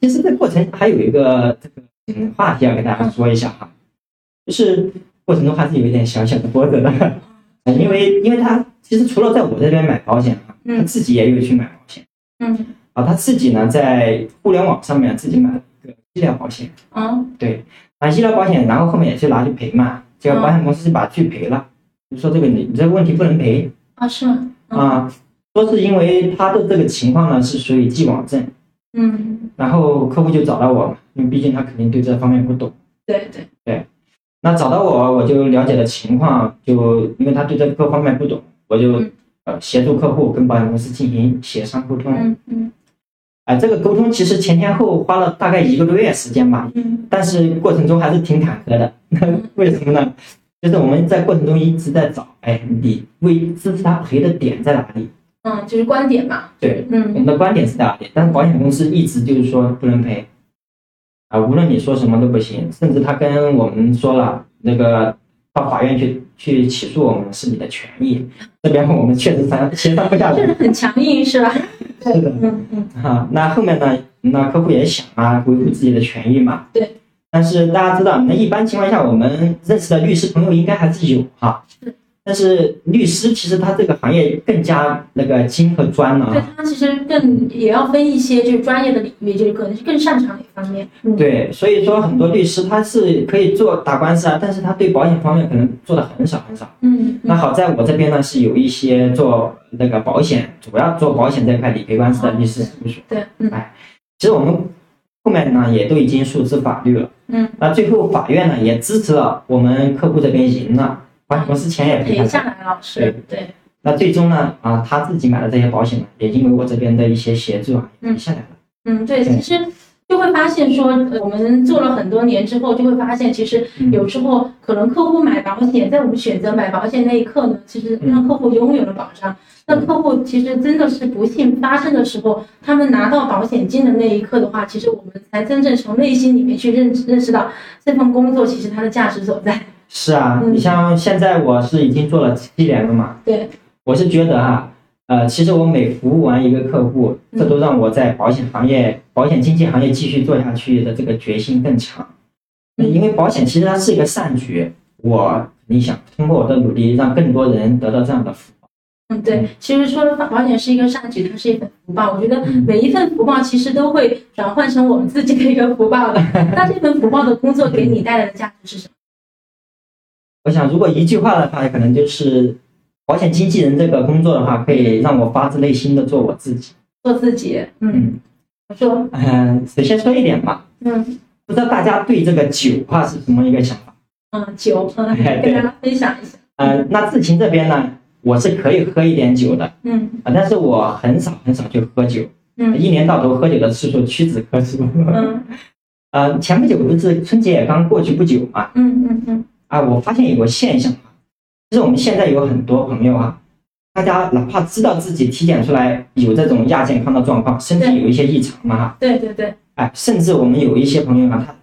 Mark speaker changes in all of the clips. Speaker 1: 其实这过程还有一个这个嗯话题要跟大家说一下哈，就是过程中还是有一点小小的波折的， 因为因为他其实除了在我这边买保险啊，他
Speaker 2: 嗯
Speaker 1: 自己也有去买保险
Speaker 2: 嗯
Speaker 1: 啊，他自己呢在互联网上面自己买了一个医疗保险
Speaker 2: 嗯
Speaker 1: 啊，医疗保险，然后后面也去拿去赔嘛，结果
Speaker 2: 嗯
Speaker 1: 保险公司就把拒赔了，就说这个你你这个问题不能赔
Speaker 2: 啊是吗？
Speaker 1: 啊，说是因为他的这个情况呢是属于既往症。
Speaker 2: 嗯，
Speaker 1: 然后客户就找到我嘛，因为毕竟他肯定对这方面不懂。
Speaker 2: 对对，
Speaker 1: 那找到我，我就了解了情况，就因为他对这各方面不懂，我就、
Speaker 2: 嗯
Speaker 1: 呃协助客户跟保险公司进行协商沟通。哎、
Speaker 2: 嗯嗯
Speaker 1: 这个沟通其实前前后后花了大概一个多月时间吧，
Speaker 2: 嗯
Speaker 1: 但是过程中还是挺坎坷的。为什么呢？就是我们在过程中一直在找，哎，你为支持他赔的点在哪里？
Speaker 2: 嗯，就是观点嘛，
Speaker 1: 对，我
Speaker 2: 嗯
Speaker 1: 们的观点是在哪里？但是保险公司一直就是说不能赔，啊，无论你说什么都不行，甚至他跟我们说了，那个到法院去去起诉我们是你的权益，这边我们确实商协商不下
Speaker 2: 就是
Speaker 1: 来。
Speaker 2: 很强硬是吧？
Speaker 1: 是的，
Speaker 2: 嗯嗯
Speaker 1: 哈、那后面呢？那客户也想啊，维护自己的权益嘛。
Speaker 2: 对。
Speaker 1: 但是大家知道，那一般情况下，我们认识的律师朋友应该还是有哈、
Speaker 2: 是
Speaker 1: 但是律师其实他这个行业更加那个精和专了、啊。
Speaker 2: 对他其实更也要分一些就是专业的领域，就是可能是更擅长哪方面。嗯，
Speaker 1: 对，所以说很多律师他是可以做打官司啊，但是他对保险方面可能做的很少很少。
Speaker 2: 嗯
Speaker 1: 那
Speaker 2: 嗯
Speaker 1: 好在我这边呢是有一些做那个保险，主要做保险这一块理赔官司的律师事务所。
Speaker 2: 对，嗯
Speaker 1: 其实我们后面呢也都已经诉之法律了。
Speaker 2: 嗯，
Speaker 1: 那最后法院呢也支持了我们客户这边赢了，保险公司钱也赔
Speaker 2: 赔
Speaker 1: 了。
Speaker 2: 哎下来了是，对，
Speaker 1: 那最终呢啊他自己买的这些保险呢，也因为我这边的一些协助啊，也
Speaker 2: 嗯
Speaker 1: 赔下来了。
Speaker 2: 嗯对，
Speaker 1: 对
Speaker 2: 其实。就会发现说，呃我们做了很多年之后，就会发现，其实
Speaker 1: 嗯
Speaker 2: 有时候可能客户买保险，在我们选择买保险那一刻呢，
Speaker 1: 嗯
Speaker 2: 其实让客户拥有了保障。那客户其实真的是不幸发生的时候，他们拿到保险金的那一刻的话，其实我们才真正从内心里面去认知认识到这份工作其实它的价值所在。
Speaker 1: 是啊，
Speaker 2: 嗯
Speaker 1: 你像现在我是已经做了七年了嘛。
Speaker 2: 对。
Speaker 1: 我是觉得啊，呃，其实我每服务完一个客户，
Speaker 2: 嗯
Speaker 1: 这都让我在保险行业、保险经纪行业继续做下去的这个决心更强。
Speaker 2: 嗯
Speaker 1: 因为保险其实它是一个善举，我肯定想通过我的努力，让更多人得到这样的服务。
Speaker 2: 嗯，对，其实说保险是一个善举，它是一份福报。我觉得
Speaker 1: 嗯
Speaker 2: 每一份福报其实都会转换成我们自己的一个福 报的。那这份福报的工作给你带来的价值是什么？
Speaker 1: 我想，如果一句话的话，可能就是保险经纪人这个工作的话，可以让我发自内心的做我自己。
Speaker 2: 做自己，嗯，
Speaker 1: 嗯
Speaker 2: 我说，
Speaker 1: 嗯、首先说一点吧，
Speaker 2: 嗯
Speaker 1: 不知道大家对这个酒啊是什么一个想法？
Speaker 2: 嗯，酒，嗯，
Speaker 1: 哎
Speaker 2: 跟
Speaker 1: 对
Speaker 2: 大家分享一下，
Speaker 1: 呃，那志勤这边呢，我是可以喝一点酒的啊、
Speaker 2: 嗯
Speaker 1: 但是我很少很少去喝酒，
Speaker 2: 嗯
Speaker 1: 一年到头喝酒的次数屈指可数。
Speaker 2: 嗯
Speaker 1: 呃，前不久不是春节也刚过去不久嘛，
Speaker 2: 嗯嗯嗯，
Speaker 1: 啊，我发现有个现象啊，就是我们现在有很多朋友啊，大家哪怕知道自己体检出来有这种亚健康的状况，身体
Speaker 2: 对
Speaker 1: 有一些异常嘛哈，
Speaker 2: 对对对
Speaker 1: 哎，甚至我们有一些朋友啊，他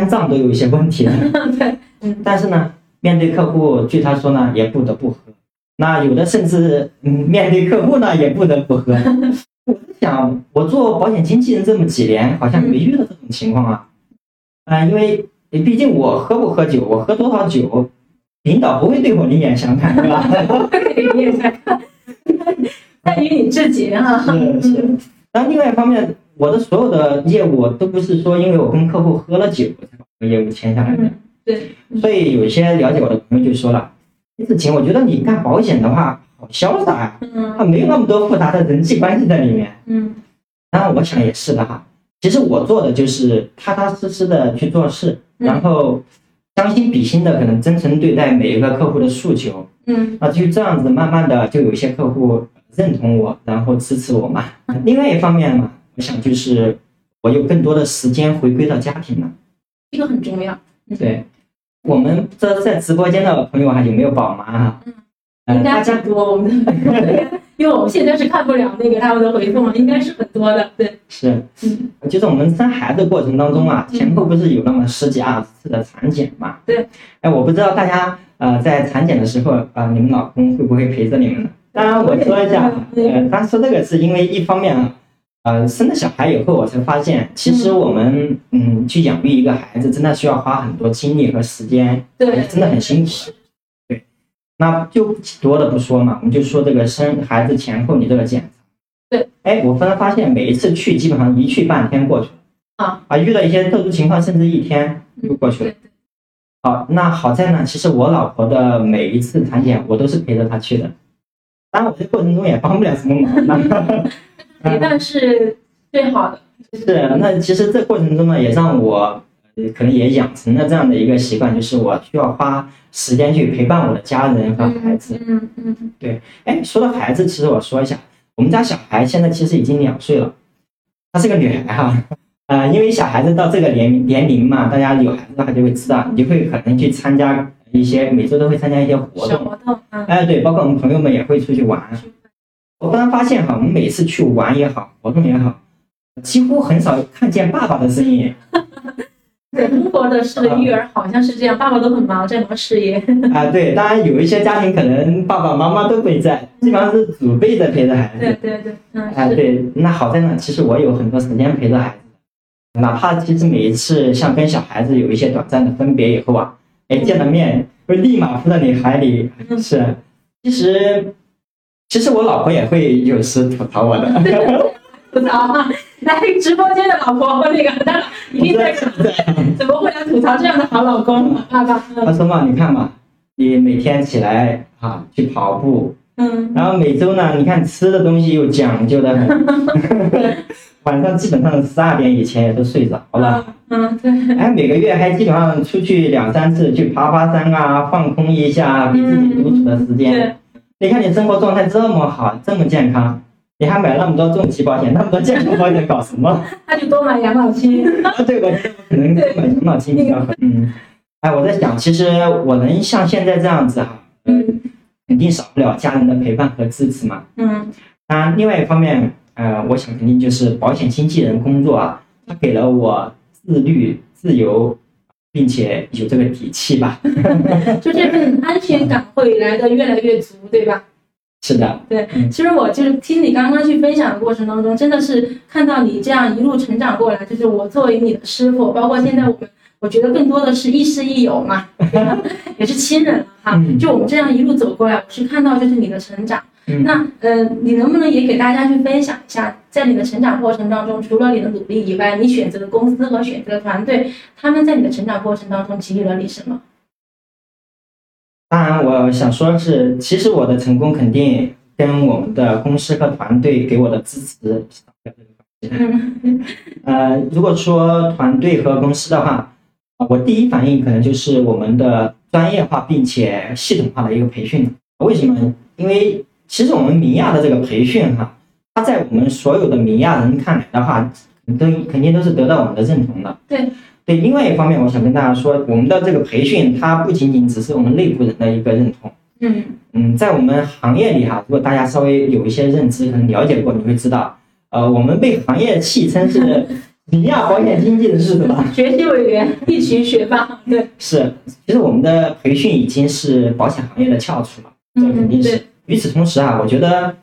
Speaker 1: 肝脏都有一些问题了。
Speaker 2: 嗯对，
Speaker 1: 但是呢，面对客户，据他说呢，也不得不喝。那有的甚至，嗯，面对客户呢，也不得不喝。 我在想，我做保险经纪人这么几年，好像没遇到这种情况啊。啊、因为毕竟我喝不喝酒，我喝多少酒，领导不会对我另眼相看，对吧？
Speaker 2: 你也在看， 在于你自己哈，
Speaker 1: 是 是。然后另外一方面，我的所有的业务都不是说因为我跟客户喝了酒才把这个业务签下来的。
Speaker 2: 嗯，对，
Speaker 1: 所以有些了解我的朋友就说了，子晴，我觉得你干保险的话好潇洒呀、
Speaker 2: 嗯
Speaker 1: 啊，没有那么多复杂的人际关系在里面。
Speaker 2: 嗯
Speaker 1: 然后我想也是的哈，其实我做的就是踏踏实实的去做事，
Speaker 2: 嗯
Speaker 1: 然后将心比心的可能真诚对待每一个客户的诉求，
Speaker 2: 嗯
Speaker 1: 啊，就这样子慢慢的就有一些客户认同我，然后支持我嘛。另外一方面嘛，我想就是我有更多的时间回归到家庭了。
Speaker 2: 这个很重要，嗯
Speaker 1: 对，我们不知道在直播间的朋友还有没有宝妈哈？
Speaker 2: 嗯
Speaker 1: 呃，
Speaker 2: 应该
Speaker 1: 大家
Speaker 2: 很多，我们的，因为我们现在是看不了那个他们的回复嘛，应该是很多的，对，
Speaker 1: 是，
Speaker 2: 嗯，
Speaker 1: 就是我们生孩子过程当中啊，
Speaker 2: 嗯
Speaker 1: 前后不是有那么十几二十次的产检嘛？
Speaker 2: 对。
Speaker 1: 哎，我不知道大家呃在产检的时候啊、呃你们老公会不会陪着你们呢？当然，我说一下，
Speaker 2: 嗯
Speaker 1: 呃，他说这个是因为一方面啊，呃，生了小孩以后，我才发现，其实我们嗯去养育一个孩子，真的需要花很多精力和时间，
Speaker 2: 对，
Speaker 1: 哎真的很辛苦。对，那就多的不说嘛，我们就说这个生孩子前后你这个检查。
Speaker 2: 对，
Speaker 1: 哎，我忽然发现每一次去，基本上一去半天过去了。
Speaker 2: 啊嗯
Speaker 1: 啊，遇到一些特殊情况，甚至一天就过去了。
Speaker 2: 对
Speaker 1: 好，那好在呢，其实我老婆的每一次产检，我都是陪着她去的。当然，我这过程中也帮不了什么忙。那
Speaker 2: 陪伴是最好的。
Speaker 1: 嗯是，啊那其实这过程中呢，也让我呃可能也养成了这样的一个习惯，就是我需要花时间去陪伴我的家人和孩子。
Speaker 2: 嗯嗯
Speaker 1: 哎，说到孩子，其实我说一下，我们家小孩现在其实已经两岁了，她是个女孩哈、呃，因为小孩子到这个年年龄嘛，大家有孩子的话就会知道，你就会可能去参加一些每周都会参加一些活
Speaker 2: 嗯，小
Speaker 1: 动，
Speaker 2: 活动啊，
Speaker 1: 哎，对，包括我们朋友们也会出去玩。我忽然发现哈，我们每次去玩也好，活动也好，几乎很少看见爸爸的身影。
Speaker 2: 对中国的式的育儿好像是这样，爸爸都很忙，在忙事业。
Speaker 1: 啊，对，当然有一些家庭可能爸爸妈妈都没在，基本上是祖辈在陪着孩
Speaker 2: 对
Speaker 1: 子。
Speaker 2: 对对，
Speaker 1: 啊，
Speaker 2: 嗯是，
Speaker 1: 对，那好在呢，其实我有很多时间陪着孩子，哪怕其实每一次像跟小孩子有一些短暂的分别以后啊，哎，见了面会立马扑到你怀里，
Speaker 2: 嗯
Speaker 1: 是，其实。其实我老婆也会有时吐槽我的，
Speaker 2: 吐槽啊， 来直播间的老婆和那个，当然一定在看，怎么会来吐槽这样的好老公、好爸爸？
Speaker 1: 她说嘛，你看嘛，你每天起来啊去跑步，
Speaker 2: 嗯
Speaker 1: 然后每周呢，你看吃的东西又讲究的很， 晚上基本上十二点以前也都睡着了。
Speaker 2: 嗯嗯，对，
Speaker 1: 哎，每个月还基本上出去两三次，去爬爬山啊，放空一下，给自己独处的时间。
Speaker 2: 对，
Speaker 1: 你看你生活状态这么好，这么健康，你还买那么多重疾保险，那么多健康保险搞什么？
Speaker 2: 那就多买养老金。
Speaker 1: 啊，对，我觉得可能买养老金比较合。嗯，哎，我在想，其实我能像现在这样子哈，
Speaker 2: 嗯
Speaker 1: 肯定少不了家人的陪伴和支持嘛。
Speaker 2: 嗯
Speaker 1: 当然，另外一方面，呃，我想肯定就是保险经纪人工作啊，它给了我自律、自由，并且有这个底气吧。
Speaker 2: 就这份安全感会来的越来越足，对吧？
Speaker 1: 是的，
Speaker 2: 对
Speaker 1: 嗯，
Speaker 2: 其实我就是听你刚刚去分享的过程当中，真的是看到你这样一路成长过来，就是我作为你的师傅，包括现在我们，我觉得更多的是亦师亦友 嘛，也是亲人了哈
Speaker 1: 嗯。
Speaker 2: 就我们这样一路走过来，我是看到就是你的成长。
Speaker 1: 嗯
Speaker 2: 那呃，你能不能也给大家去分享一下，在你的成长过程当中，除了你的努力以外，你选择的公司和选择的团队，他们在你的成长过程当中给予了你什么？
Speaker 1: 当然，我想说的是，其实我的成功肯定跟我们的公司和团队给我的支持。
Speaker 2: 嗯
Speaker 1: 呃，如果说团队和公司的话，啊我第一反应可能就是我们的专业化并且系统化的一个培训。为什么？因为其实我们明亚的这个培训哈、它在我们所有的明亚人看来的话，都肯定都是得到我们的认同的。
Speaker 2: 对
Speaker 1: 对，另外一方面，我想跟大家说，我们的这个培训它不仅仅只是我们内部人的一个认同。
Speaker 2: 嗯
Speaker 1: 嗯，在我们行业里哈，如果大家稍微有一些认知，可能了解过，你会知道，呃，我们被行业戏称是尼亚保险经纪人是什么？
Speaker 2: 学习委员，一群学霸，对，
Speaker 1: 是，其实我们的培训已经是保险行业的翘楚了，这
Speaker 2: 嗯
Speaker 1: 肯定是。与此同时啊，我觉得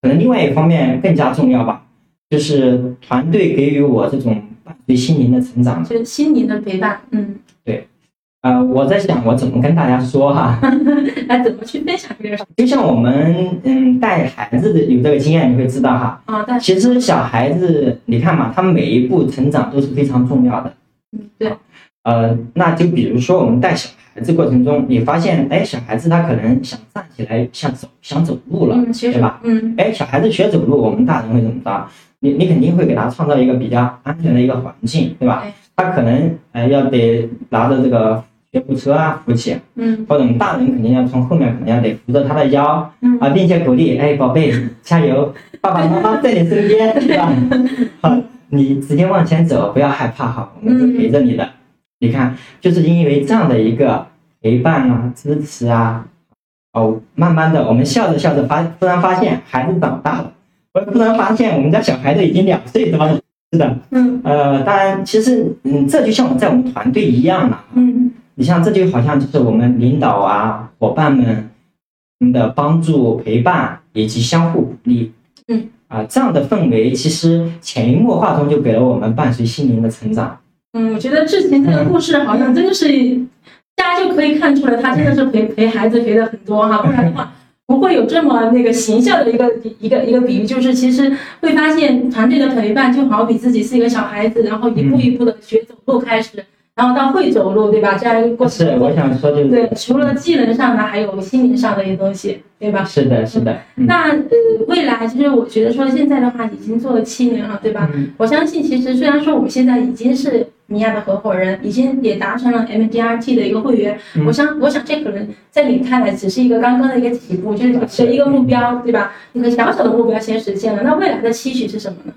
Speaker 1: 可能另外一方面更加重要吧，就是团队给予我这种伴随心灵的成长
Speaker 2: 嗯，。就是心灵的陪伴，嗯，
Speaker 1: 呃，我在想我怎么跟大家说哈、
Speaker 2: 来怎么去分享这个事
Speaker 1: 就像我们嗯带孩子的有这个经验，你会知道哈、
Speaker 2: 啊？但是，
Speaker 1: 其实小孩子，你看嘛，他们每一步成长都是非常重要的。
Speaker 2: 嗯，对，
Speaker 1: 呃，那就比如说我们带小孩子过程中，你发现，哎，小孩子他可能想站起来，想走，想走路了，
Speaker 2: 嗯，学
Speaker 1: 对
Speaker 2: 什
Speaker 1: 吧？
Speaker 2: 么？嗯，
Speaker 1: 哎，小孩子学走路，我们大人会怎么着？你你肯定会给他创造一个比较安全的一个环境，对吧
Speaker 2: 对？
Speaker 1: 他可能呃要得拿着这个学步车啊扶起，
Speaker 2: 嗯
Speaker 1: 或者我们大人肯定要从后面可能要得扶着他的腰，
Speaker 2: 嗯，
Speaker 1: 啊，并且鼓励，哎，宝贝，加油，爸爸妈妈在你身边，对吧？好，你直接往前走，不要害怕哈，我们是陪着你的。你看，就是因为这样的一个陪伴啊、支持啊，哦，慢慢的，我们笑着笑着发，突然发现孩子长大了，我突然发现我们家小孩都已经两岁了。是的，
Speaker 2: 嗯
Speaker 1: 呃，当然，其实，嗯，这就像我们在我们团队一样啊了、
Speaker 2: 嗯
Speaker 1: 你像这就好像就是我们领导啊、伙伴们的帮助、陪伴以及相互鼓励，
Speaker 2: 嗯，
Speaker 1: 啊，这样的氛围其实潜移默化中就给了我们伴随心灵的成长。
Speaker 2: 嗯，我觉得志勤这个故事好像真的是，大家就可以看出来，他真的是陪陪孩子陪的很多哈，不然的话不会有这么那个形象的一个一个一个比喻，就是其实会发现团队的陪伴就好比自己是一个小孩子，然后一步一步的学走路开始，然后到会走路，对吧？这样一个过
Speaker 1: 但是
Speaker 2: 程中，
Speaker 1: 我想说就是，
Speaker 2: 对，除了技能上的，还有心灵上的一些东西，对吧？
Speaker 1: 是的，是的，嗯
Speaker 2: 那呃，未来其实我觉得说现在的话已经做了七年了，对吧？
Speaker 1: 嗯
Speaker 2: 我相信，其实虽然说我们现在已经是米娅的合伙人，已经也达成了 MDRT 的一个会员，
Speaker 1: 嗯
Speaker 2: 我想，我想这可能在你看来只是一个刚刚的一个起步，就是你的一个目标，对吧？一个小小的目标先实现了，那未来的期许是什么呢？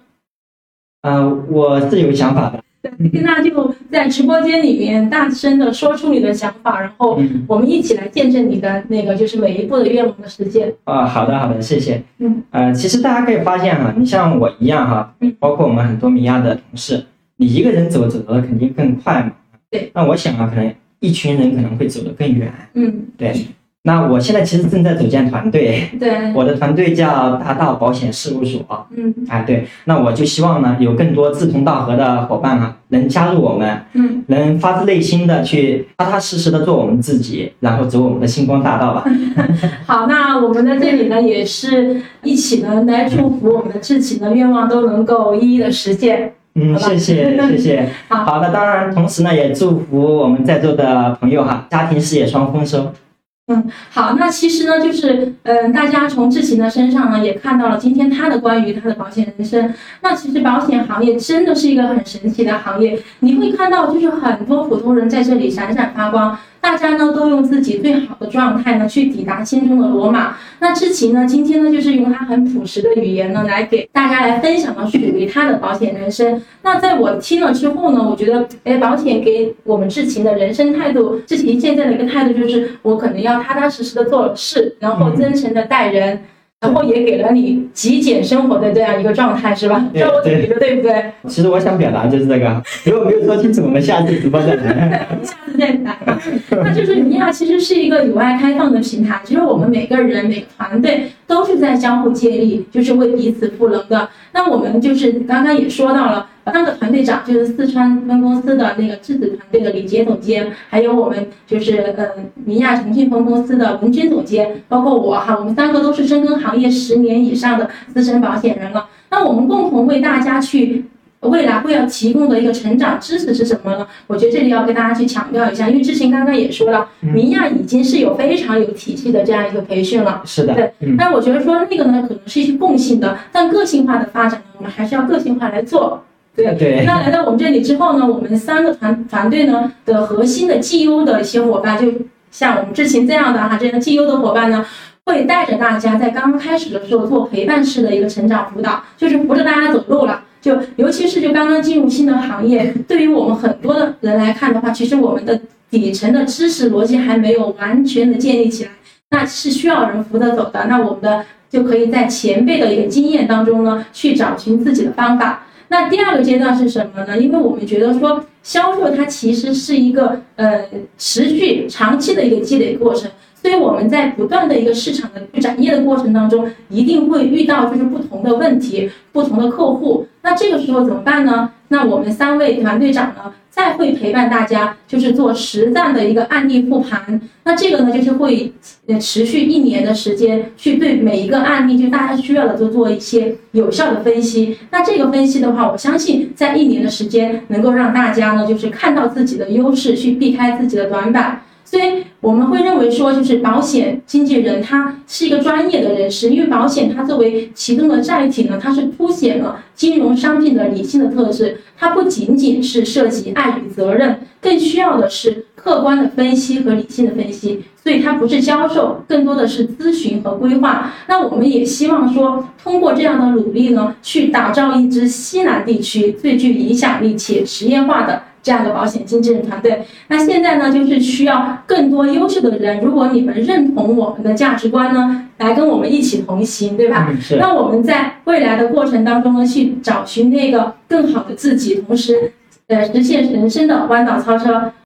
Speaker 1: 嗯啊，我是有想法的。
Speaker 2: 对，那就在直播间里面大声的说出你的想法，然后
Speaker 1: 嗯
Speaker 2: 我们一起来见证你的那个就是每一步的愿望的实现。
Speaker 1: 啊，好的好的，谢谢。
Speaker 2: 嗯，
Speaker 1: 呃，其实大家可以发现哈、啊你像我一样哈、
Speaker 2: 嗯
Speaker 1: 包括我们很多米亚的同事，你一个人走走的肯定更快嘛。
Speaker 2: 对。
Speaker 1: 那我想啊，可能一群人可能会走得更远。
Speaker 2: 嗯，
Speaker 1: 对。那我现在其实正在组建团队，
Speaker 2: 对，
Speaker 1: 我的团队叫大道保险事务所。
Speaker 2: 嗯
Speaker 1: 啊，对。那我就希望呢，有更多志同道合的伙伴啊，能加入我们，
Speaker 2: 嗯，
Speaker 1: 能发自内心的去踏踏实实的做我们自己，然后走我们的星光大道吧。
Speaker 2: 好，那我们在这里呢，也是一起呢来祝福我们的志勤的愿望都能够一一的实现。
Speaker 1: 嗯，
Speaker 2: 好吧
Speaker 1: 谢谢谢谢。
Speaker 2: 好
Speaker 1: 好的，当然，同时呢，也祝福我们在座的朋友哈，家庭事业双丰收。
Speaker 2: 好，那其实呢，就是嗯、呃大家从志勤的身上呢，也看到了今天他的关于他的保险人生。那其实保险行业真的是一个很神奇的行业，你会看到就是很多普通人在这里闪闪发光，大家呢都用自己最好的状态呢去抵达心中的罗马。那志勤呢，今天呢就是用他很朴实的语言呢，来给大家来分享了属于他的保险人生。那在我听了之后呢，我觉得，哎，保险给我们志勤的人生态度，志勤现在的一个态度就是，我可能要踏踏实实的做事，然后真诚的待人，然后也给了你极简生活的这样一个状态，是吧？
Speaker 1: 对
Speaker 2: 这我总觉得对不对？
Speaker 1: 其实我想表达就是这个，如果没有说清楚，我们下次直播再来。
Speaker 2: 下次再来。那就是米娅其实是一个有爱开放的平台，其实我们每个人、每个团队都是在相互借力，就是为彼此赋能的。那我们就是刚刚也说到了，三个团队长就是四川分公司的那个质子团队的李杰总监，还有我们就是呃米娅腾讯分公司的文军总监，包括我哈，我们三个都是深耕行业十年以上的资深保险人了。那我们共同为大家去。未来会要提供的一个成长支持是什么呢？我觉得这里要跟大家去强调一下，因为之前刚刚也说了，
Speaker 1: 嗯
Speaker 2: 明亚已经是有非常有体系的这样一个培训了。
Speaker 1: 是的
Speaker 2: 对，
Speaker 1: 嗯，
Speaker 2: 但我觉得说那个呢，可能是一些共性的，但个性化的发展呢，我们还是要个性化来做。对
Speaker 1: 对，
Speaker 2: 那来到我们这里之后呢，我们三个团团队呢的核心的绩优的一些伙伴，就像我们志勤这样的哈，这样绩优的伙伴呢，会带着大家在刚刚开始的时候做陪伴式的一个成长辅导，就是扶着大家走路了。就尤其是就刚刚进入新的行业，对于我们很多的人来看的话，其实我们的底层的知识逻辑还没有完全的建立起来，那是需要人扶着走的。那我们的就可以在前辈的一个经验当中呢，去找寻自己的方法。那第二个阶段是什么呢？因为我们觉得说销售它其实是一个呃持续长期的一个积累过程，所以我们在不断的一个市场的去展业的过程当中，一定会遇到就是不同的问题、不同的客户。那这个时候怎么办呢？那我们三位团队长呢，再会陪伴大家，就是做实战的一个案例复盘。那这个呢，就是会呃持续一年的时间，去对每一个案例，就大家需要的都做一些有效的分析。那这个分析的话，我相信在一年的时间，能够让大家呢，就是看到自己的优势，去避开自己的短板。所以我们会认为说，就是保险经纪人他是一个专业的人士，因为保险它作为其中的载体呢，它是凸显了金融商品的理性的特质，它不仅仅是涉及爱与责任，更需要的是客观的分析和理性的分析。所以它不是销售，更多的是咨询和规划。那我们也希望说，通过这样的努力呢，去打造一支西南地区最具影响力且实业化的这样的保险经纪人团队。那现在呢，就是需要更多优秀的人。如果你们认同我们的价值观呢，来跟我们一起同行，对吧？
Speaker 1: 嗯是，
Speaker 2: 那我们在未来的过程当中呢，去找寻那个更好的自己，同时，呃，实现人生的弯道超车。